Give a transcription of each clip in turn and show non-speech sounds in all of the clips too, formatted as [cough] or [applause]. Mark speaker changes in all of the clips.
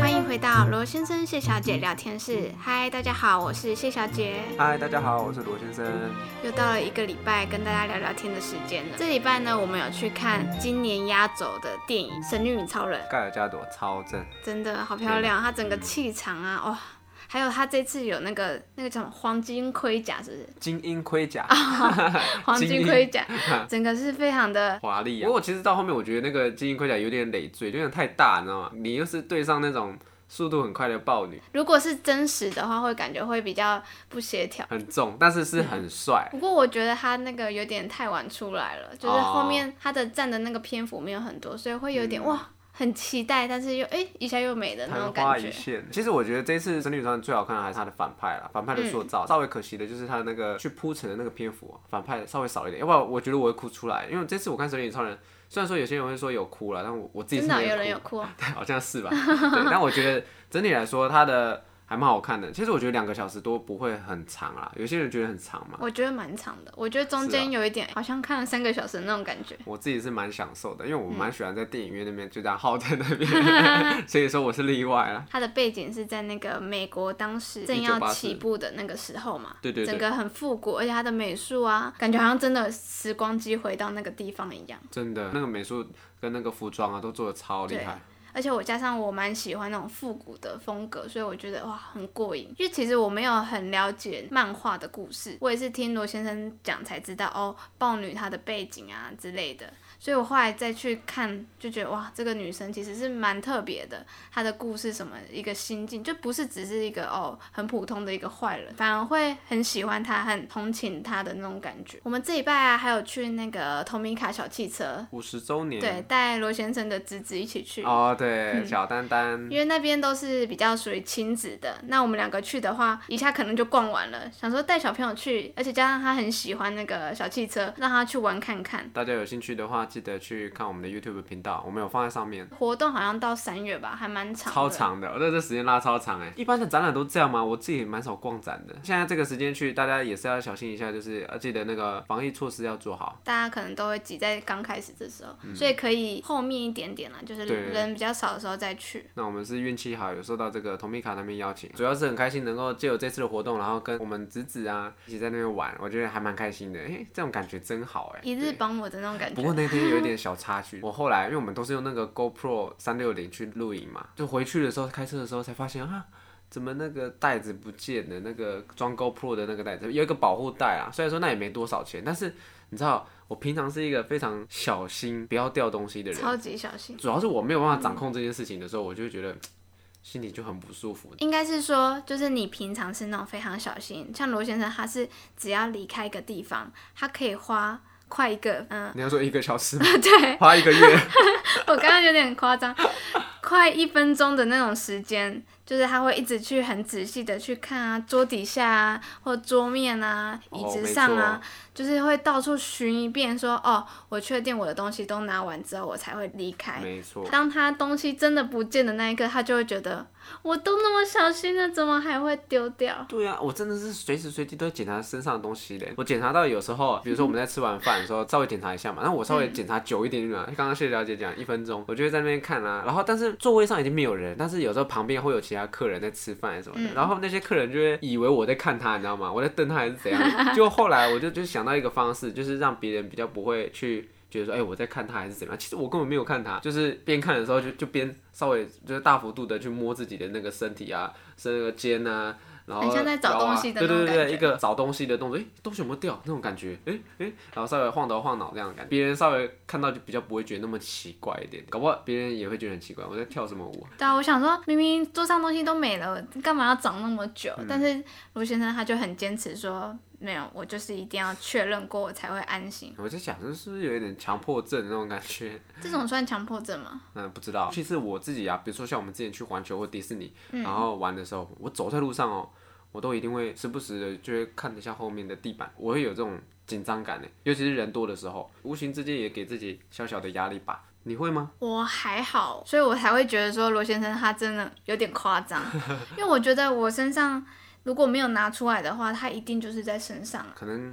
Speaker 1: 欢迎回到罗先生、谢小姐聊天室。嗨，大家好，我是谢小姐。
Speaker 2: 嗨，大家好，我是罗先生。
Speaker 1: 又到了一个礼拜跟大家聊聊天的时间了。这礼拜呢，我们有去看今年压轴的电影《神力女超人》，
Speaker 2: 盖尔加朵超正，
Speaker 1: 真的好漂亮，她整个气场啊，哇、还有她这次有那个那个叫什么黄金盔甲，是不是？
Speaker 2: 精英盔甲，
Speaker 1: 黄
Speaker 2: 精
Speaker 1: 金
Speaker 2: 英
Speaker 1: 盔甲，整个是非常的
Speaker 2: 华丽啊。不过其实到后面，我觉得那个精英盔甲有点累赘，有点太大，你知道吗？你又是对上那种速度很快的豹女，
Speaker 1: 如果是真实的话，会感觉会比较不协调。
Speaker 2: 很重，但是是很帅。
Speaker 1: 不过我觉得他那个有点太晚出来了，
Speaker 2: 哦
Speaker 1: 就是后面他的占的那个篇幅没有很多，所以会有点、哇，很期待，但是又哎、一下又没的那
Speaker 2: 嗯昙
Speaker 1: 种感
Speaker 2: 花一
Speaker 1: 觉。
Speaker 2: 现。其实我觉得这次《神女传》最好看的还是她的反派啦，反派的塑造、稍微可惜的就是她那个去铺陈的那个篇幅啊，反派稍微少一点，要不然我觉得我会哭出来。因为这次我看《神女超人》，虽然说有些人会说有哭了，但我我自
Speaker 1: 真
Speaker 2: 己是
Speaker 1: 的
Speaker 2: 没
Speaker 1: 有人
Speaker 2: 哭
Speaker 1: 有哭哦，
Speaker 2: 对， [laughs] 好像是吧？对，但我觉得整体来说，它的还蛮好看的。其实我觉得两个小时多不会很长啦，有些人觉得很长嘛，
Speaker 1: 我觉得蛮长的，我觉得中间
Speaker 2: 啊
Speaker 1: 有一点、好像看了三个小时的那种感觉。
Speaker 2: 我自己是蛮享受的，因为我
Speaker 1: 嗯
Speaker 2: 蛮喜欢在电影院那边就这样耗在那
Speaker 1: [laughs]
Speaker 2: 边，所以说我是例外啦。
Speaker 1: 它的背景是在那个美国当时正要起步的那个时候嘛，
Speaker 2: 对对对
Speaker 1: 整个很复古，而且它的美术啊，感觉好像真的时光机回到那个地方一样。
Speaker 2: 真的，那个美术跟那个服装啊，都做的超厉
Speaker 1: 对
Speaker 2: 害。
Speaker 1: 而且我加上我蛮喜欢那种复古的风格，所以我觉得哇很过瘾。因为其实我没有很了解漫画的故事，我也是听罗先生讲才知道哦，豹女她的背景啊之类的。所以我后来再去看，就觉得哇，这个女生其实是蛮特别的，她的故事什么一个心境，就不是只是一个哦很普通的一个坏人，反而会很喜欢她，很同情她的那种感觉。我们这一拜啊，还有去那个同米卡小汽车，
Speaker 2: 五十周年，
Speaker 1: 对，嗯带罗先生的侄子一起去。
Speaker 2: 嗯哦，对，小丹丹，
Speaker 1: 因为那边都是比较属于亲子的，那我们两个去的话，一下可能就逛完了。想说带小朋友去，而且加上他很喜欢那个小汽车，让他去玩看看。
Speaker 2: 大家有兴趣的话，记得去看我们的 YouTube 频道，我们有放在上面，
Speaker 1: 活动好像到三月吧，还蛮长的。
Speaker 2: 超。长的，那这时间拉超长哎。一般的展览都这样吗？我自己也蛮少逛展的。现在这个时间去，大家也是要小心一下，就是要记得那个防疫措施要做好。
Speaker 1: 大家可能都会挤在刚开始的时候，所以可以后面一点点啦，就是
Speaker 2: 嗯对
Speaker 1: 人比较少的时候再去。
Speaker 2: 那我们是运气好，有受到这个同米卡那边邀请，主要是很开心能够借由这次的活动，然后跟我们侄子啊一起在那边玩，我觉得还蛮开心的。哎、这种感觉真好哎。
Speaker 1: 一日帮我的那种感
Speaker 2: 不过
Speaker 1: 觉。
Speaker 2: 那天有一
Speaker 1: [laughs]
Speaker 2: 点小插曲，我后来因为我们都是用那个 GoPro 三六零去录影嘛，就回去的时候开车的时候才发现啊，怎么那个袋子不见了？那个装 GoPro 的那个袋子有一个保护袋啊，虽然说那也没多少钱，但是你知道我平常是一个非常小心不要掉东西的人，
Speaker 1: 超级小心。
Speaker 2: 主要是我没有办法掌控这件事情的时候，我就会觉得心里就很不舒服。
Speaker 1: 应该是说，就是你平常是那种非常小心，像罗先生，他是只要离开一个地方，他可以花快一个，嗯，
Speaker 2: [laughs]
Speaker 1: [laughs]
Speaker 2: 你要说一个小时吗
Speaker 1: 对
Speaker 2: 花一
Speaker 1: [laughs]
Speaker 2: 个月，
Speaker 1: 我刚刚有点夸张，快一分钟的那种时间，就是他会一直去很仔细的去看啊，桌底下啊，或桌面啊，
Speaker 2: 哦
Speaker 1: 椅子上啊，就是会到处寻一遍说，哦，我确定我的东西都拿完之后，我才会离开。
Speaker 2: 没错。
Speaker 1: 当他东西真的不见的那一刻，他就会觉得我都那么小心了，怎么还会丢掉？
Speaker 2: 对啊，我真的是随时随地都在检查身上的东西嘞。我检查到有时候，比如说我们在吃完饭的时候，稍微检查一下嘛。那我稍微检查久一点点啊，刚刚谢小姐讲一分钟，我就会在那边看啊。然后但是座位上已经没有人，但是有时候旁边会有其他客人在吃饭什么的，然后那些客人就会以为我在看他，你知道吗？我在瞪他还是怎样？就后来我就就想到一个方式，就是让别人比较不会去。觉得说，哎、我在看他还是怎么样？其实我根本没有看他，就是边看的时候就就边稍微就是大幅度的去摸自己的那个身体啊，是那个肩啊，然后
Speaker 1: 很像在找
Speaker 2: 腰啊
Speaker 1: 东西的
Speaker 2: 对
Speaker 1: 那种
Speaker 2: 对对
Speaker 1: 感
Speaker 2: 对，
Speaker 1: 觉
Speaker 2: 一个找东西的动作，诶，东西有没有掉那种感觉，诶诶，然后稍微晃头晃脑这样的感觉，别人稍微看到就比较不会觉得那么奇怪一点，搞不好别人也会觉得很奇怪，我在跳什么舞啊？
Speaker 1: 对啊，我想说，明明桌上东西都没了，干嘛要找那么久？
Speaker 2: 嗯
Speaker 1: 但是卢先生他就很坚持说，没有，我就是一定要确认过我才会安心。
Speaker 2: 我在想，这是不是有一点强迫症那种感觉？ [laughs]
Speaker 1: 这种算强迫症吗？
Speaker 2: 嗯，不知道。其实我自己啊，比如说像我们之前去环球或迪士尼，
Speaker 1: 嗯
Speaker 2: 然后玩的时候，我走在路上哦，我都一定会时不时的就会看一下后面的地板，我会有这种紧张感呢，欸尤其是人多的时候，无形之间也给自己小小的压力吧。你会吗？
Speaker 1: 我还好，所以我才会觉得说罗先生他真的有点夸
Speaker 2: [laughs]
Speaker 1: 张，因为我觉得我身上如果没有拿出来的话，他一定就是在身上。啊
Speaker 2: 可能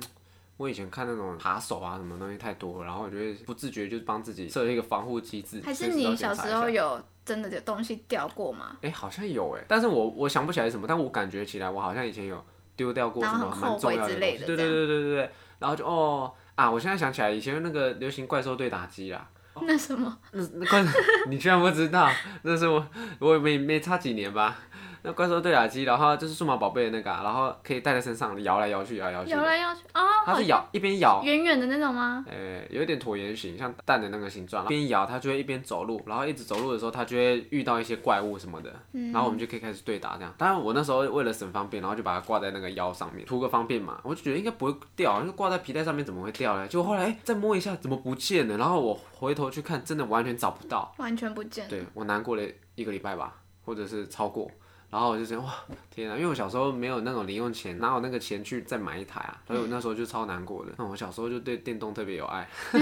Speaker 2: 我以前看那种扒手啊什么东西太多了，然后我就会不自觉就是帮自己设了一个防护机制。
Speaker 1: 还是
Speaker 2: 随时都
Speaker 1: 你
Speaker 2: 要
Speaker 1: 小
Speaker 2: 检查一
Speaker 1: 时
Speaker 2: 下
Speaker 1: 候有真的有东西掉过吗？
Speaker 2: 哎、好像有哎、但是我我想不起来是什么，但我感觉起来我好像以前有丢掉过
Speaker 1: 然
Speaker 2: 什
Speaker 1: 后
Speaker 2: 么
Speaker 1: 很
Speaker 2: 蛮
Speaker 1: 后
Speaker 2: 重
Speaker 1: 悔
Speaker 2: 要
Speaker 1: 之
Speaker 2: 的东
Speaker 1: 类
Speaker 2: 西，
Speaker 1: 的
Speaker 2: 对对
Speaker 1: 这
Speaker 2: 对对对对，然后就哦啊，我现在想起来以前那个流行怪兽对打机啦，
Speaker 1: 那什么？
Speaker 2: 那那怪兽你居然不知道，那是我我也没没差几年吧。那怪兽对打机，然后就是数码宝贝的那个、啊，然后可以带在身上摇来摇去，摇来摇去
Speaker 1: 摇
Speaker 2: 的。
Speaker 1: 来摇去哦，
Speaker 2: 它是摇一边摇，
Speaker 1: 远远的那种吗？
Speaker 2: 呃，有一点椭圆形，像蛋的那个形状，一边摇它就会一边走路，然后一直走路的时候，它就会遇到一些怪物什么的，然后我们就可以开始对打这样。当然我那时候为了省方便，然后就把它挂在那个腰上面，图个方便嘛。我就觉得应该不会掉，就挂在皮带上面怎么会掉嘞？结果后来、诶再摸一下，怎么不见了？然后我回头去看，真的完全找不到。
Speaker 1: 完全不见了。
Speaker 2: 对我难过了一个礼拜吧，或者是超过。然后我就觉得哇，天啊！因为我小时候没有那种零用钱，哪有那个钱去再买一台啊？所以我那时候就超难过的。那、我小时候就对电动特别有爱， [laughs]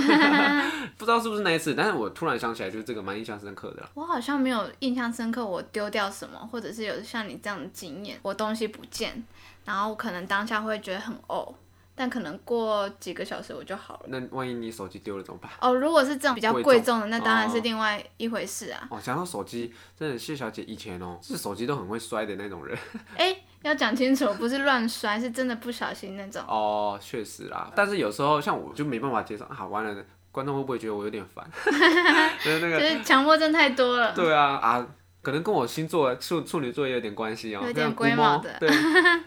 Speaker 2: 不知道是不是那一次，但是我突然想起来，就是这个蛮印象深刻的啦。
Speaker 1: 我好像没有印象深刻，我丢掉什么，或者是有像你这样的经验，我东西不见，然后我可能当下会觉得很呕，但可能过几个小时我就好了。
Speaker 2: 那万一你手机丢了怎么办？
Speaker 1: 哦，如果是这种比较
Speaker 2: 贵
Speaker 1: 贵
Speaker 2: 重
Speaker 1: 重的，那当然是
Speaker 2: 哦
Speaker 1: 另外一回事啊。
Speaker 2: 哦，讲到手机，真的谢小姐以前哦，是手机都很会摔的那种人。
Speaker 1: 哎、要讲清楚，不是乱摔，是真的不小心 [laughs] 那种。
Speaker 2: 哦，确实啦，但是有时候像我就没办法接受啊，完了，观众会不会觉得我有点烦？ [laughs] 就是那个
Speaker 1: 就是强迫症太多 [laughs] 了。
Speaker 2: 对啊啊，可能跟我星座处处女座也有点关系哦、
Speaker 1: 有
Speaker 2: 非
Speaker 1: 点
Speaker 2: 常
Speaker 1: 龟
Speaker 2: 龟
Speaker 1: 毛
Speaker 2: 毛
Speaker 1: 的
Speaker 2: 对，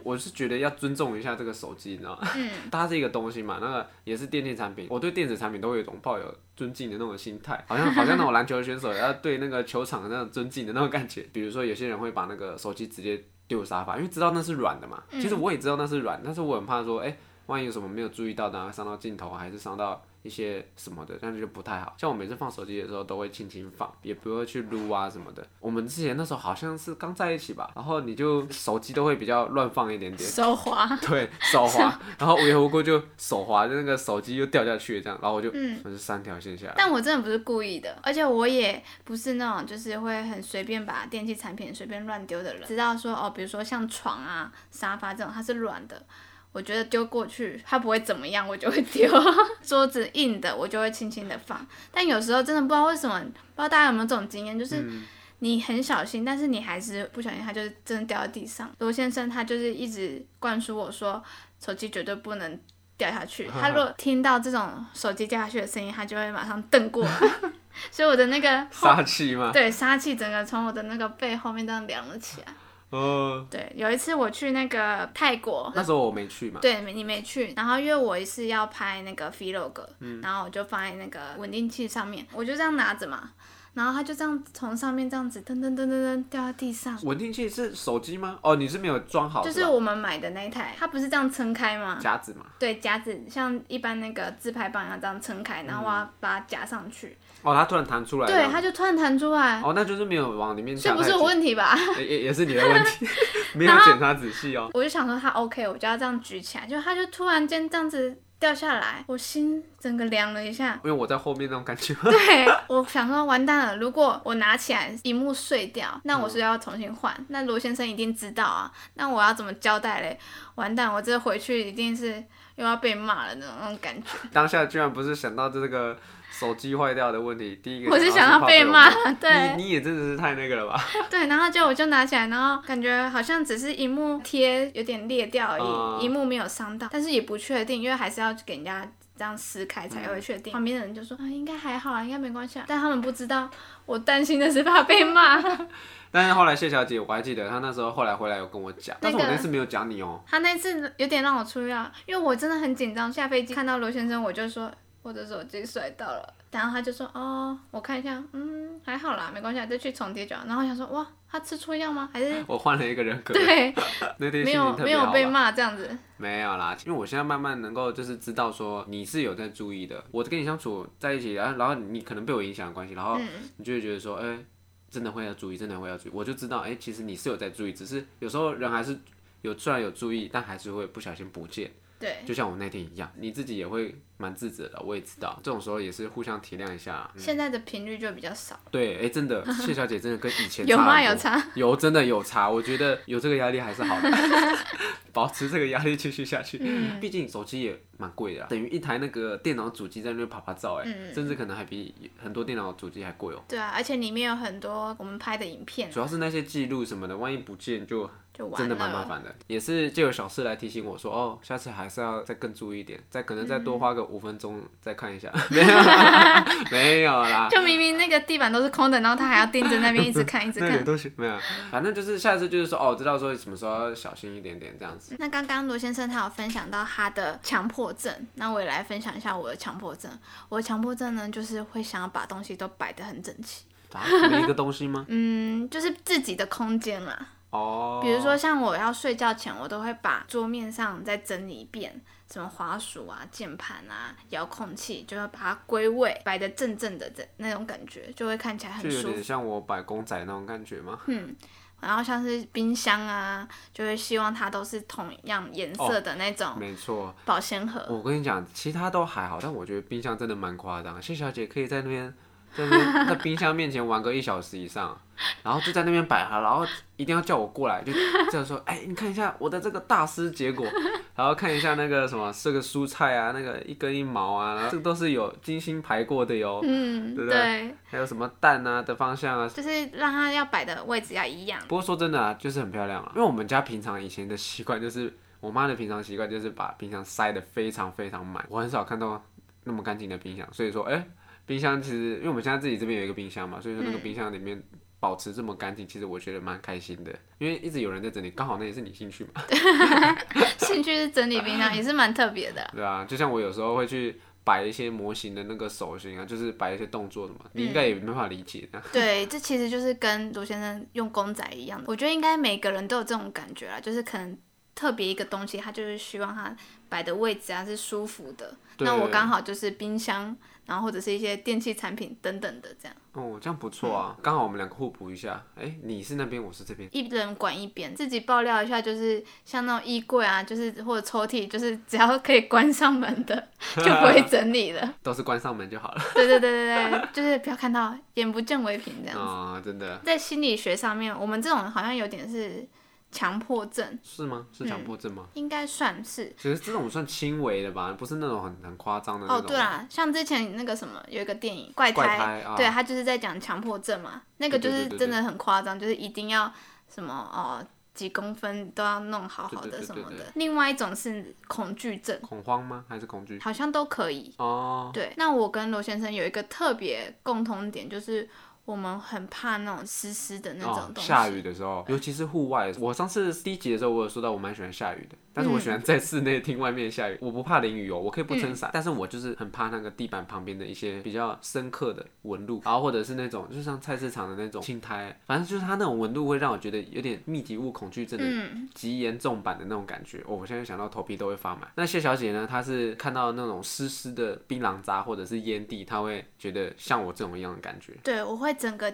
Speaker 2: 我是觉得要尊重一下这个手机，你知道吗？
Speaker 1: 嗯
Speaker 2: 它是一个东西嘛，那个也是电竞产品，我对电子产品都会有一种抱有尊敬的那种心态，好像好像那种篮球选手要对那个球场的那种尊敬的那种感觉。比如说有些人会把那个手机直接丢沙发，因为知道那是软的嘛。其实我也知道那是软，但是我很怕说，哎、万一有什么没有注意到的、啊，伤到镜头啊还是伤到一些什么的，这样就不太好。像我每次放手机的时候，都会轻轻放，也不会去撸啊什么的。我们之前那时候好像是刚在一起吧，然后你就手机都会比较乱放一点点，
Speaker 1: 手滑，
Speaker 2: 对手滑，
Speaker 1: 啊
Speaker 2: 然后无缘无故就手滑，就那个手机又掉下去了这样，然后我就、
Speaker 1: 嗯
Speaker 2: 我就三条线下来。
Speaker 1: 但我真的不是故意的，而且我也不是那种就是会很随便把电器产品随便乱丢的人。知道说哦，比如说像床啊、沙发这种，它是软的，我觉得丢过去它不会怎么样，我就会丢。 [laughs] 桌子硬的，我就会轻轻的放。但有时候真的不知道为什么，不知道大家有没有这种经验，就是。你很小心，但是你还是不小心，它就是真的掉在地上。罗先生他就是一直灌输我说，手机绝对不能掉下去。他如果听到这种手机掉下去的声音，他就会马上瞪过来。所以我的那个后
Speaker 2: [laughs] 杀气嘛，
Speaker 1: 对杀气整个从我的那个背后面这样凉了起来。
Speaker 2: 呃，
Speaker 1: 对，有一次我去那个泰国，
Speaker 2: 那时候我没去嘛，
Speaker 1: 对，没你没去。然后因为我是要拍那个 vlog，、然
Speaker 2: 嗯
Speaker 1: 后我就放在那个稳定器上面，我就这样拿着嘛，然后它就这样从上面这样子噔噔噔噔噔掉到地上。
Speaker 2: 稳定器是手机吗？哦，你是没有装好，
Speaker 1: 就是
Speaker 2: 吧
Speaker 1: 我们买的那一台，它不是这样撑开吗？
Speaker 2: 夹子嘛。
Speaker 1: 对，夹子像一般那个自拍棒一样这样撑开，然后我要把它夹上去，
Speaker 2: 哦，它突嗯然弹出来，
Speaker 1: 对，，它就突然弹出来，
Speaker 2: 哦，那就是没有往里面
Speaker 1: 这
Speaker 2: 夹
Speaker 1: 不
Speaker 2: 太
Speaker 1: 是
Speaker 2: 紧
Speaker 1: 我问题吧？
Speaker 2: 也也也是你的
Speaker 1: [laughs]
Speaker 2: 问题，没有检查仔细哦。
Speaker 1: 我就想说它 OK，我就要这样举起来，就它就突然间这样子掉下来，我心整个凉了一下，
Speaker 2: 因为我在后面那种感觉，
Speaker 1: [laughs] 对，我想说完蛋了，如果我拿起来荧幕碎掉，那我是要重新换。那罗先生一定知道啊，那我要怎么交代嘞？完蛋，我这回去一定是又要被骂了那种感觉。
Speaker 2: 当下居然不是想到这个手机坏掉的问题，第一个
Speaker 1: 我是想
Speaker 2: 到
Speaker 1: 要被骂，对
Speaker 2: 你你也真的是太那个了吧？
Speaker 1: 对，然后就我就拿起来，然后感觉好像只是荧幕贴有点裂掉而
Speaker 2: 嗯
Speaker 1: 已，荧、幕没有伤到，但是也不确定，因为还是要给人家。这样撕开才会确定。旁边的人就说啊，应该还好啊，应该没关系啊。但他们不知道，我担心的是怕被骂。
Speaker 2: 但是后来谢小姐，我还记得她那时候后来回来有跟我讲，但是我那次没有讲
Speaker 1: [laughs]
Speaker 2: 你哦、
Speaker 1: 他那次有点让我出意料，因为我真的很紧张。下飞机看到罗先生，我就说我的手机摔到了，然后他就说哦，我看一下，嗯，还好啦，没关系啊，再去重贴就好。然后我想说哇，他吃错药吗？还 [laughs] 是
Speaker 2: 我换了一个人格，
Speaker 1: 对，
Speaker 2: [laughs] 那天
Speaker 1: 没
Speaker 2: 心
Speaker 1: 有
Speaker 2: 情特
Speaker 1: 没
Speaker 2: 别好
Speaker 1: 有
Speaker 2: 吧
Speaker 1: 被骂这样子。
Speaker 2: 没有啦，因为我现在慢慢能够就是知道说你是有在注意的，我跟你相处在一起，然后然后你可能被我影响的关系，然
Speaker 1: 嗯
Speaker 2: 后你就会觉得说，哎、真的会要注意，真的会要注意，我就知道，哎、其实你是有在注意，只是有时候人还是有虽然有注意，但还是会不小心不见，
Speaker 1: 对，
Speaker 2: 就像我那天一样，你自己也会蛮自责的，我也知道，这种时候也是互相体谅一下。啊
Speaker 1: 现在的频率就比较少，
Speaker 2: 对，哎、真的，谢小姐真的跟以前
Speaker 1: 有
Speaker 2: 差
Speaker 1: 吗？
Speaker 2: 很多
Speaker 1: 有差？
Speaker 2: [laughs] 有真的有差，我觉得有这个压力还是好的， [laughs] 保持这个压力继续下去。
Speaker 1: 嗯
Speaker 2: 毕竟手机也蛮贵的啊、等于一台那个电脑主机在那边拍拍照、哎、
Speaker 1: 嗯
Speaker 2: 甚至可能还比很多电脑主机还贵哦、
Speaker 1: 对啊，而且里面有很多我们拍的影片，
Speaker 2: 主要是那些记录什么的，万一不见就
Speaker 1: 就完了。
Speaker 2: 真的蛮麻烦的。也是借由小事来提醒我说，哦，下次还是要再更注意一点，再可能再
Speaker 1: 嗯
Speaker 2: 多花个五分钟再看一下。 [laughs] 没有啦，没有 [laughs] 啦，
Speaker 1: 就明明那个地板都是空的，然后他还要盯着那边一直看，一直
Speaker 2: 那个
Speaker 1: 看。
Speaker 2: 东西没有，反正就是下次就是说，哦，知道说什么时候要小心一点点这样子。
Speaker 1: 那刚刚罗先生他有分享到他的强迫症，那我也来分享一下我的强迫症。我的强迫症呢，就是会想要把东西都摆得很整齐，
Speaker 2: 啊，每一个东西吗？
Speaker 1: 嗯，就是自己的空间啦。
Speaker 2: 哦，
Speaker 1: 比如说像我要睡觉前，我都会把桌面上再整理一遍，什么滑鼠啊、键盘啊、遥控器，就要把它归位，摆得正正的这那种感觉，就会看起来
Speaker 2: 就
Speaker 1: 很
Speaker 2: 有
Speaker 1: 舒服
Speaker 2: 点。像我摆公仔那种感觉吗？
Speaker 1: 然后像是冰箱啊，就会希望它都是同样颜色的那种
Speaker 2: 哦没哦错，
Speaker 1: 保鲜盒。
Speaker 2: 我跟你讲，其他都还好，但我觉得冰箱真的蛮夸张。谢小姐可以在那边，在那边在冰箱面前玩个一小时以上，然后就在那边摆它，然后一定要叫我过来，就这样说，哎、你看一下我的这个大师
Speaker 1: [laughs]
Speaker 2: 结果，然后看一下那个什么这个蔬菜啊，那个一根一毛啊，然后这个都是有精心排过的哟。
Speaker 1: 嗯，
Speaker 2: 对不
Speaker 1: 对，
Speaker 2: 还有什么蛋啊的方向啊，
Speaker 1: 就是让它要摆的位置要一 [laughs] 样。
Speaker 2: 不过说真的啊，就是很漂亮啊。因为我们家平常以前的习惯就是，我妈的平常习惯就是把冰箱塞得非常非常满，我很少看到那么干净的冰箱。所以说，哎、冰箱其实因为我们现在自己这边有一个冰箱嘛，所以说那个冰箱里面保持这么干净，其实我觉得蛮开心的。因为一直有人在整理，刚好那也是你兴趣嘛， [laughs]
Speaker 1: 兴趣是整理冰箱，也是蛮特别的。
Speaker 2: 对啊，就像我有时候会去。摆一些模型的那个手型啊，就是摆一些动作的嘛，你应该也没办法理解的。
Speaker 1: [laughs] 对，这其实就是跟罗先生用公仔一样的。我觉得应该每个人都有这种感觉啦，就是可能特别一个东西，他就是希望它摆的位置啊是舒服的。
Speaker 2: 对
Speaker 1: 那我刚好就是冰箱，然后或者是一些电器产品等等的这样。
Speaker 2: 哦，这样不错啊，刚好我们两个互补一下。哎、你是那边，我是这边。
Speaker 1: 一人管一边。自己爆料一下，就是像那种衣柜啊，就是或者抽屉，就是只要可以关上门的， [laughs] 就不会整理了。
Speaker 2: 都是关上门就好了。
Speaker 1: [laughs] 对对对对对，就是不要看到，眼不见为凭这样子。
Speaker 2: 啊、真的
Speaker 1: 在心理学上面，我们这种好像有点是强迫症，
Speaker 2: 是吗？是强迫症吗？
Speaker 1: 应该算是。
Speaker 2: 其实这种算轻微的吧，不是那种很很夸张的那
Speaker 1: 哦，
Speaker 2: 种。
Speaker 1: 对啦，像之前那个什么，有一个电影《怪
Speaker 2: 怪
Speaker 1: 胎》
Speaker 2: 胎啊
Speaker 1: 对他就是在讲强迫症嘛，那个就
Speaker 2: 对对
Speaker 1: 是
Speaker 2: 对对对
Speaker 1: 真的很夸张，就是一定要什么哦几公分都要弄好好
Speaker 2: 对对
Speaker 1: 的
Speaker 2: 对
Speaker 1: 什么
Speaker 2: 对对
Speaker 1: 的。另外一种是恐惧症，
Speaker 2: 恐慌吗？还是恐惧？
Speaker 1: 好像都可以。
Speaker 2: 嗯哦，
Speaker 1: 对，那我跟罗先生有一个特别共通点，就是我们很怕那种湿湿的那
Speaker 2: 哦
Speaker 1: 种，东西。
Speaker 2: 下雨的时候，尤其是户外。我上次第一集的时候，我有说到我蛮喜欢下雨的，但是我喜欢在室内听外面下雨。我不怕淋雨哦，我可以不撑
Speaker 1: 嗯
Speaker 2: 伞，但是我就是很怕那个地板旁边的一些比较深刻的纹路，然后或者是那种就像菜市场的那种青苔，反正就是它那种纹路会让我觉得有点密集物恐惧症的
Speaker 1: 嗯，
Speaker 2: 极严重版的那种感觉。哦，我现在想到头皮都会发麻。那谢小姐呢？她是看到那种湿湿的槟榔渣或者是烟蒂，她会觉得像我这种一样的感觉。
Speaker 1: 对，我会整个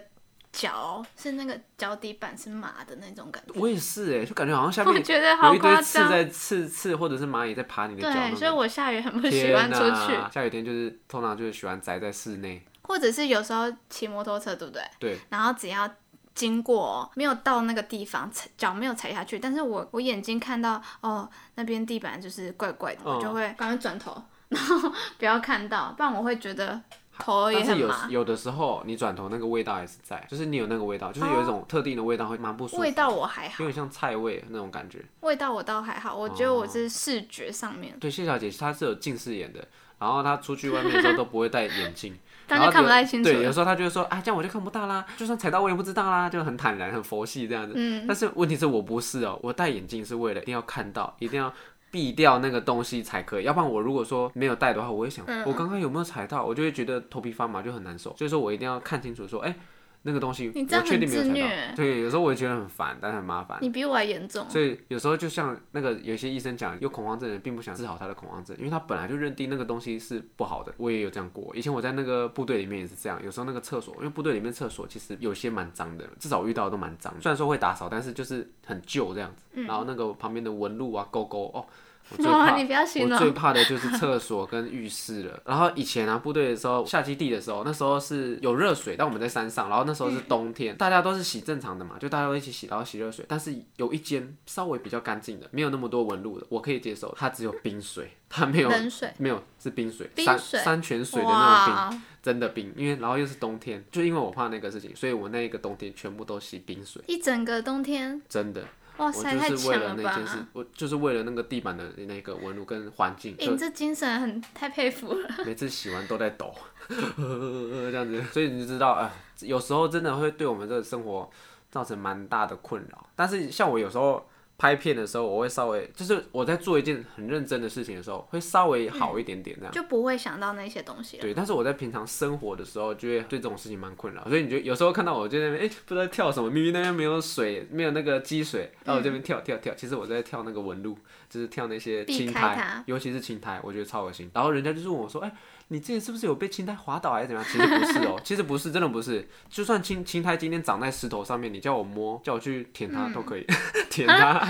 Speaker 1: 脚是那个脚底板是麻的那种感觉，
Speaker 2: 我也是哎，就感觉好像下
Speaker 1: [laughs] 我
Speaker 2: 面
Speaker 1: 觉得好
Speaker 2: 有一堆
Speaker 1: 夸
Speaker 2: 刺
Speaker 1: 张。
Speaker 2: 在刺刺，或者是蚂蚁在爬你的脚那
Speaker 1: 对，
Speaker 2: 种
Speaker 1: 所以
Speaker 2: 感觉。
Speaker 1: 我下雨很不喜
Speaker 2: 天
Speaker 1: 欢出去，
Speaker 2: 呐！下雨天就是通常就是喜欢宅在室内，
Speaker 1: 或者是有时候骑摩托车，对不对？
Speaker 2: 对。
Speaker 1: 然后只要经过没有到那个地方，踩脚没有踩下去，但是我我眼睛看到哦那边地板就是怪怪的，
Speaker 2: 嗯
Speaker 1: 我就会赶快转头， [laughs] 然后不要看到，不然我会觉得头也
Speaker 2: 但
Speaker 1: 很
Speaker 2: 是有
Speaker 1: 麻。
Speaker 2: 有的时候你转头那个味道还是在，就是你有那个味道，就是有一种特定的味道会蛮不舒服，
Speaker 1: 哦味道我还好
Speaker 2: 有，点像菜味那种感觉。
Speaker 1: 味道我倒还好，我觉得我是视觉上面，
Speaker 2: 对，谢小姐她是有近视眼的，然后她出去外面的时候都不会戴
Speaker 1: [laughs]
Speaker 2: 眼镜，
Speaker 1: 但是
Speaker 2: 然后
Speaker 1: 看不
Speaker 2: 有
Speaker 1: 太清楚
Speaker 2: 对，有
Speaker 1: 了。
Speaker 2: 时候她就会说，啊，这样我就看不到啦，就算踩到我也不知道啦，就很坦然、很佛系这样子。
Speaker 1: 嗯，
Speaker 2: 但是问题是我不是哦，我戴眼镜是为了一定要看到，一定要。避掉那个东西才可以，要不然我如果说没有戴的话，我会想、
Speaker 1: 嗯
Speaker 2: 我刚刚有没有踩到，我就会觉得头皮发麻，就很难受。所以说我一定要看清楚说，哎、那个东西
Speaker 1: 你这
Speaker 2: 我
Speaker 1: 样
Speaker 2: 确
Speaker 1: 很
Speaker 2: 定没有
Speaker 1: 自
Speaker 2: 踩
Speaker 1: 虐
Speaker 2: 到。，对，有时候我也觉得很烦，但很麻烦。
Speaker 1: 你比我还严重。
Speaker 2: 所以有时候就像那个有些医生讲，有恐慌症的人并不想治好他的恐慌症，因为他本来就认定那个东西是不好的。我也有这样过，以前我在那个部队里面也是这样，有时候那个厕所，因为部队里面厕所其实有些蛮脏的，至少我遇到的都嗯蛮脏的。虽然说会打扫，但是就是很旧这样子。然后那个旁边的纹路啊、勾勾哦，我最怕
Speaker 1: 哇你不要形容
Speaker 2: 我最怕的就是厕所跟浴室了。然后以前啊，部队的时候下基地的时候，那时候是有热水，但我们在山上，然后那时
Speaker 1: 嗯
Speaker 2: 候是冬天，大家都是洗正常的嘛，就大家都一起洗，然后洗热水。但是有一间稍微比较干净的，没有那么多纹路的，我可以接受，它只有冰水，它没有
Speaker 1: 冷水，
Speaker 2: 没有是冰水，
Speaker 1: 冰
Speaker 2: 山
Speaker 1: 水
Speaker 2: 山泉水的那种冰。
Speaker 1: 哇，
Speaker 2: 真的冰，因为然后又是冬天，就因为我怕那个事情，所以我那一个冬天全部都洗冰水，
Speaker 1: 一整个冬天，
Speaker 2: 真的。
Speaker 1: 哇
Speaker 2: 我
Speaker 1: 塞，太
Speaker 2: 就是为
Speaker 1: 强
Speaker 2: 了
Speaker 1: 了
Speaker 2: 那件事
Speaker 1: 吧！，
Speaker 2: 我就是为了那个地板的那个纹路跟环境，
Speaker 1: 欸、你
Speaker 2: 就
Speaker 1: 这精神很太佩服了，
Speaker 2: 每次洗完都在抖， [laughs] 这样子，所以你就知道，啊，有时候真的会对我们这个生活造成蛮大的困扰。但是像我有时候拍片的时候，我会稍微，就是我在做一件很认真的事情的时候，会稍微好一点点这样。
Speaker 1: 就不会想到那些东西了。
Speaker 2: 啊对，但是我在平常生活的时候，就会对这种事情蛮困扰，所以你就有时候看到我就在那边，哎、不知道跳什么，明明那边没有水，没有那个积水，
Speaker 1: 嗯
Speaker 2: 然后我这边跳跳跳，其实我在跳那个纹路，就是跳那些
Speaker 1: 避
Speaker 2: 青
Speaker 1: 开
Speaker 2: 苔
Speaker 1: 它，
Speaker 2: 尤其是青苔，我觉得超恶心。然后人家就是问我说，哎、你之前是不是有被青苔滑倒还是怎么样？其实
Speaker 1: [laughs]
Speaker 2: 不是哦、其实不是，真的不是。就算青青苔今天长在石头上面，你叫我摸，叫我去舔它都可以，
Speaker 1: 嗯
Speaker 2: [laughs] 舔它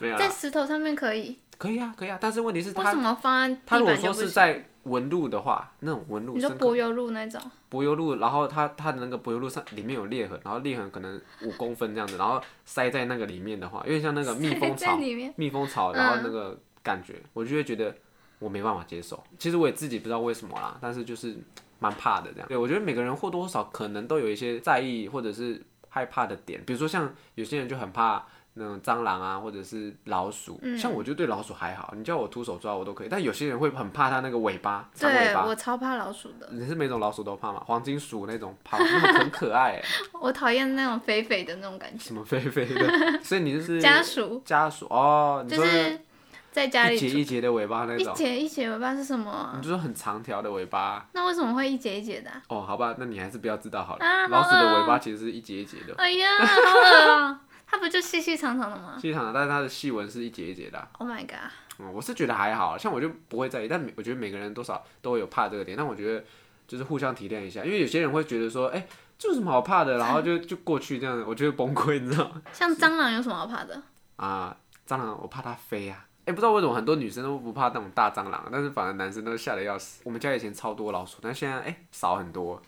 Speaker 2: 没
Speaker 1: [laughs]
Speaker 2: 有
Speaker 1: 在
Speaker 2: 啦，
Speaker 1: 石头上面可以，
Speaker 2: 可以啊，可以啊。但是问题是
Speaker 1: 为什
Speaker 2: 它，
Speaker 1: 么放在
Speaker 2: 它
Speaker 1: 地
Speaker 2: 如果
Speaker 1: 板就
Speaker 2: 说
Speaker 1: 不
Speaker 2: 是
Speaker 1: 行？
Speaker 2: 在纹路的话，那种纹路
Speaker 1: 你说
Speaker 2: 深刻
Speaker 1: 柏油路那
Speaker 2: [laughs]
Speaker 1: 种， [laughs]
Speaker 2: 柏油路，然后它它的那个柏油路上里面有裂痕，然后裂痕可能五公分这样子，然后塞在那个里面的话，有点像那个密封
Speaker 1: 在
Speaker 2: 槽，
Speaker 1: 里
Speaker 2: [laughs]
Speaker 1: 面，
Speaker 2: 密封槽，
Speaker 1: 嗯
Speaker 2: 然后那个感觉，我就会觉得我没办法接受。其实我也自己不知道为什么啦，但是就是蛮怕的这样。对我觉得每个人或多或少可能都有一些在意或者是害怕的点，比如说像有些人就很怕。那种蟑螂啊，或者是老鼠，
Speaker 1: 嗯
Speaker 2: 像我就对老鼠还好，你叫我徒手抓我都可以，但有些人会很怕它那个尾巴，长尾
Speaker 1: 对
Speaker 2: 巴。
Speaker 1: 我超怕老鼠的，
Speaker 2: 你是每种老鼠都怕吗？黄金鼠那种怕， [laughs] 那么很可爱欸，
Speaker 1: 我讨厌那种肥肥的那种感觉。
Speaker 2: 什么肥肥的，所以你就是
Speaker 1: 家属
Speaker 2: 家属哦，你
Speaker 1: 就
Speaker 2: 说
Speaker 1: 是在家里
Speaker 2: 一节一节的尾巴那
Speaker 1: 一
Speaker 2: 种，
Speaker 1: 节一节尾巴是什么啊、
Speaker 2: 你就说很长条的尾巴
Speaker 1: 那为什么会一节一节的啊、
Speaker 2: 哦，好吧，那你还是不要知道好了。
Speaker 1: 啊
Speaker 2: 老鼠
Speaker 1: 好
Speaker 2: 的
Speaker 1: 恶
Speaker 2: 尾巴其实是一节一节的，
Speaker 1: 哎呀，好恶啊！它不就细细长长的吗
Speaker 2: 细长的，但是它的细纹是一节一节的啊、
Speaker 1: ？Oh my god！
Speaker 2: 嗯，我是觉得还好，像我就不会在意，但每我觉得每个人多少都会有怕这个点，但我觉得就是互相体谅一下，因为有些人会觉得说，哎、这有什么好怕的，然后就就过去这样子，我就会崩溃，你知道吗？
Speaker 1: 像蟑螂有什么好怕的？
Speaker 2: 啊，蟑螂我怕它飞啊。哎、不知道为什么很多女生都不怕那种大蟑螂，但是反而男生都吓得要死。我们家以前超多老鼠，但现在哎、少很多，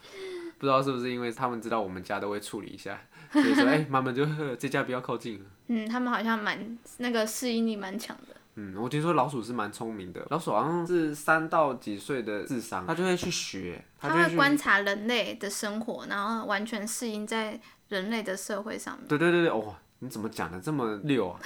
Speaker 2: 不知道是不是因为他们知道我们家都会处理一下，所以说哎、妈妈就呵这家不要靠近了。
Speaker 1: 嗯，他们好像蛮那个适应力蛮强的。
Speaker 2: 嗯，我听说老鼠是蛮聪明的，老鼠好像是三到几岁的智商，它就会去学，它就
Speaker 1: 它会
Speaker 2: 去
Speaker 1: 观察人类的生活，然后完全适应在人类的社会上面。
Speaker 2: 对对对对，哇、你怎么讲的这么溜啊？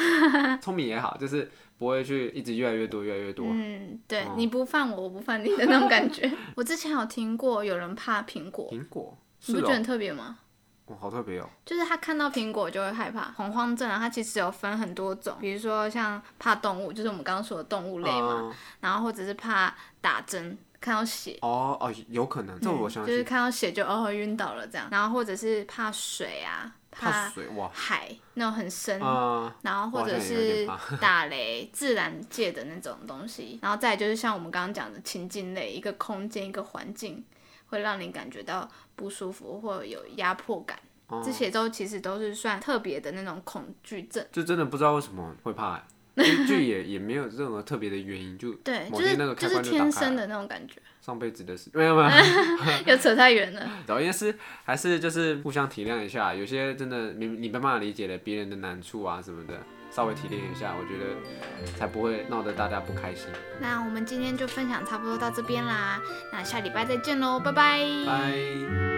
Speaker 2: 聪明也好，就是不会去一直越来越多，越来越多。
Speaker 1: 嗯，对，
Speaker 2: 哦
Speaker 1: 你不犯我，我不犯你的那种感觉。 [laughs] 我之前有听过有人怕苹果，
Speaker 2: 苹果
Speaker 1: 你不
Speaker 2: 是
Speaker 1: 觉
Speaker 2: 哦、
Speaker 1: 得很特别吗？
Speaker 2: 哇，好特别哦。
Speaker 1: 就是他看到苹果就会害怕，恐慌症啊，它其实有分很多种，比如说像怕动物，就是我们刚刚说的动物类嘛，
Speaker 2: 嗯
Speaker 1: 然后或者是怕打针，看到血，
Speaker 2: 哦哦，有可能，这我
Speaker 1: 嗯
Speaker 2: 相
Speaker 1: 就是
Speaker 2: 信。
Speaker 1: 看到血就哦晕倒了这样，然后或者是怕水啊，
Speaker 2: 怕
Speaker 1: 怕嗯
Speaker 2: 水哇
Speaker 1: 海那种很深，
Speaker 2: 啊，
Speaker 1: 然后
Speaker 2: 我
Speaker 1: 或
Speaker 2: 好
Speaker 1: 者
Speaker 2: 像也有
Speaker 1: 是
Speaker 2: 点
Speaker 1: 打雷，自然界的那种东西，然后再来就是像我们刚刚讲的情境类，一个空间一个环境会让你感觉到不舒服或有压迫感，
Speaker 2: 哦
Speaker 1: 这些都其实都是算特别的那种恐惧症。
Speaker 2: 就真的不知道为什么会怕欸，
Speaker 1: [laughs]
Speaker 2: 就就也也没有任何特别的原因，就
Speaker 1: 对，
Speaker 2: 某
Speaker 1: 就
Speaker 2: 天
Speaker 1: 是
Speaker 2: 那个开
Speaker 1: 是
Speaker 2: 关就打
Speaker 1: 天
Speaker 2: 开
Speaker 1: 生
Speaker 2: 了
Speaker 1: 的那种感觉， [laughs]
Speaker 2: 上辈子的事，没有没有，
Speaker 1: 又扯太远了。
Speaker 2: 然后也是还是就是互相体谅一下，有些真的你你没办法理解了别人的难处啊什么的，稍微体谅一下，我觉得才不会闹得大家不开心。
Speaker 1: 那我们今天就分享差不多到这边啦，那下礼拜再见喽，拜拜。
Speaker 2: 拜。